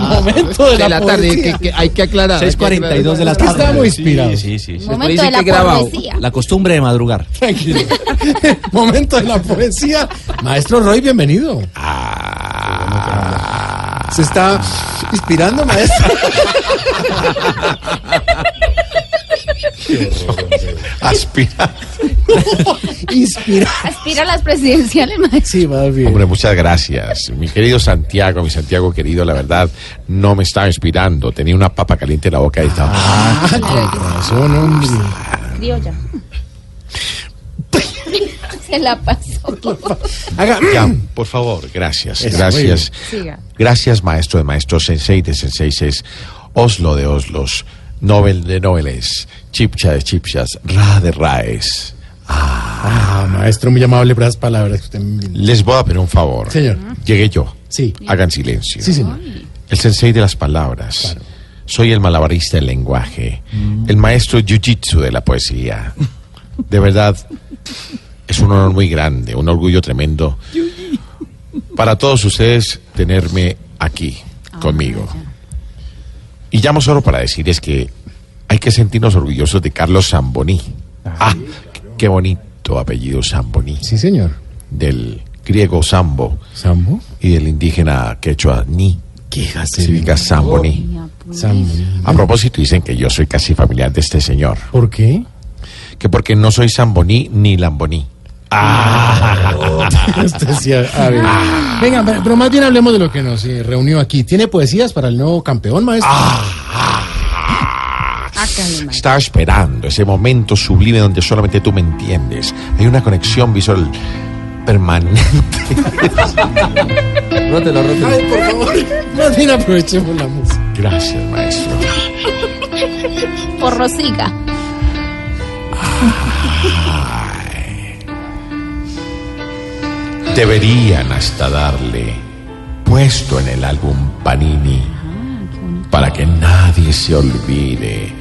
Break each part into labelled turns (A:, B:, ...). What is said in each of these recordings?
A: momento de la, tarde, que, que hay que aclarar.
B: 6.42 de la
A: que
B: tarde.
A: estábamos inspirados.
B: Sí, sí, sí.
C: Momento
B: Después dicen
C: de la
B: que he grabado.
C: poesía.
B: La costumbre de madrugar.
A: Tranquilo. momento de la poesía. Maestro Roy, bienvenido. Se está inspirando, maestro.
D: Aspira.
A: Inspira.
C: Aspira a las presidenciales, maestro.
A: Sí, más bien.
D: Hombre, muchas gracias. Mi querido Santiago, mi Santiago querido, la verdad, no me estaba inspirando. Tenía una papa caliente en la boca y estaba.
A: Ah, con razón, hombre.
C: Criolla. Se la pasó.
A: Haga.
D: Ya, por favor, gracias.
A: Eso,
D: gracias.
C: Siga.
D: Gracias, maestro de maestros, sensei de senseis, Oslo de Oslos, Nobel de Nobeles, Chipcha de Chipchas, Ra de Raes.
A: Ah, maestro, muy amable por las palabras. que usted me-
D: Les voy a pedir un favor.
A: Señor.
D: Llegué yo.
A: Sí.
D: Hagan silencio.
A: Sí, señor.
D: El sensei de las palabras. Soy el malabarista del lenguaje. El maestro jiu-jitsu de la poesía. De verdad, es un honor muy grande, un orgullo tremendo para todos ustedes tenerme aquí conmigo. Y llamo solo para decirles que hay que sentirnos orgullosos de Carlos Zamboní. Ah, qué bonito apellido Zamboní.
A: Sí, señor.
D: Del griego Sambo
A: ¿Sambo?
D: y del indígena quechua Ni,
A: ¿Qué
D: que significa Zamboni.
B: pues,
A: Sambo.
D: A propósito, dicen que yo soy casi familiar de este señor.
A: ¿Por qué?
D: Que porque no soy Zamboní ni Ah, Lamboní.
A: Usted Este sí, a- a ver. Venga, pero, pero más bien hablemos de lo que nos eh, reunió aquí. ¿Tiene poesías para el nuevo campeón, maestro?
C: Acá, mi maestro.
D: Estaba esperando ese momento sublime donde solamente tú me entiendes. Hay una conexión visual permanente.
B: Rótelo, rótelo.
A: Ay, por favor. Más bien aprovechemos la música.
D: Gracias, maestro.
C: Porro siga.
D: Deberían hasta darle puesto en el álbum Panini para que nadie se olvide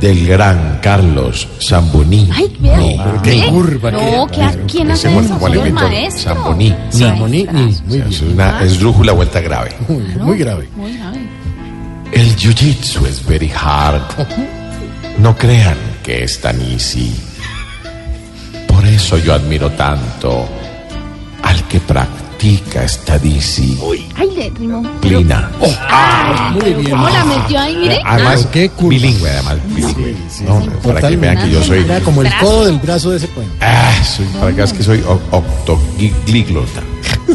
D: del gran Carlos Zamboní.
C: Ay, vea.
D: Ni-
A: qué
D: Ni-
A: curva,
C: No,
A: qué-
C: ¿qué, ¿a ¿quién
D: Ese
C: hace
D: fue
C: eso?
D: como el
C: Señor
D: invento,
C: maestro.
D: Zamboni.
C: Ay,
A: Zamboni,
C: gracias.
A: muy
D: Es
A: bien.
D: una esdrújula vuelta grave.
A: Muy, muy grave.
C: Muy grave.
D: El jiu-jitsu es very hard. No crean que es tan easy. Por eso yo admiro tanto al que practica esta disciplina.
C: Ay, le rimó.
D: Ah.
C: Pero-
A: Muy bien.
C: ¿Cómo la metió ahí? Mire.
D: Además,
A: Ah, qué curva.
D: bilingüe, además, bilingüe. No, no, para que
A: Totalmente.
D: vean que yo soy.
A: Era como el codo del brazo de ese puente.
D: Ah, soy- para que veas que soy o- octoglíglota.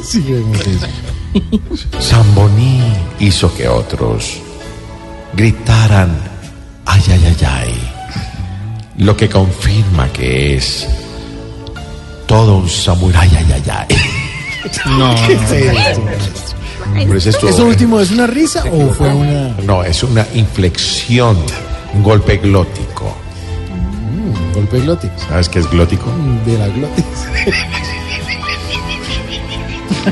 A: Sí, vemos eso.
D: Zamboní hizo que otros gritaran ay, ay, ay, ay. Lo que confirma que es todo un samurái, ay, ay, ay.
A: ¿Qué es esto?
D: Hombre, ese estuvo
A: ¿Eso
D: bueno.
A: último es una risa o fue una
D: No, es una inflexión, un golpe glótico.
A: un golpe glótico?
D: ¿Sabes qué es glótico?
A: De la glotis.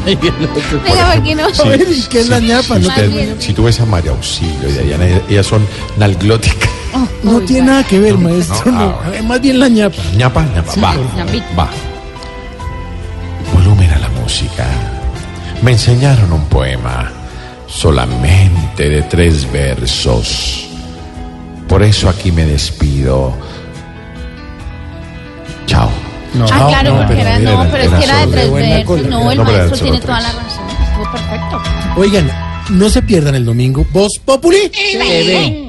C: Venga, ¿por qué no?
A: A ver, ¿y qué es la ñapa?
D: Si,
A: No
D: usted-
C: tiene-
D: si tú ves a María Auxilio y a Diana, e-, ellas son nalglóticas.
A: No tiene nada que ver, maestro.
D: no, ah,
A: no.
D: bueno.
A: Eh, Más bien la ñapa.
D: ñapa, ñapa, va,
C: ñapita.
D: va. Volumen a la música. Me enseñaron un poema solamente de tres versos. Por eso aquí me despido. Chao.
A: No,
C: Ah, claro,
A: no,
C: porque
A: pero
C: era,
D: era-
C: no, pero es
D: era
C: que era de
D: solo-
C: tres
A: buena
C: versos.
A: cola,
C: No, el
D: no, pero era
C: maestro
D: solo
C: tiene toda la
D: tres.
C: razón. Estuvo perfecto.
A: Oigan, no se pierdan el domingo. Voz Populi.
B: Bebé.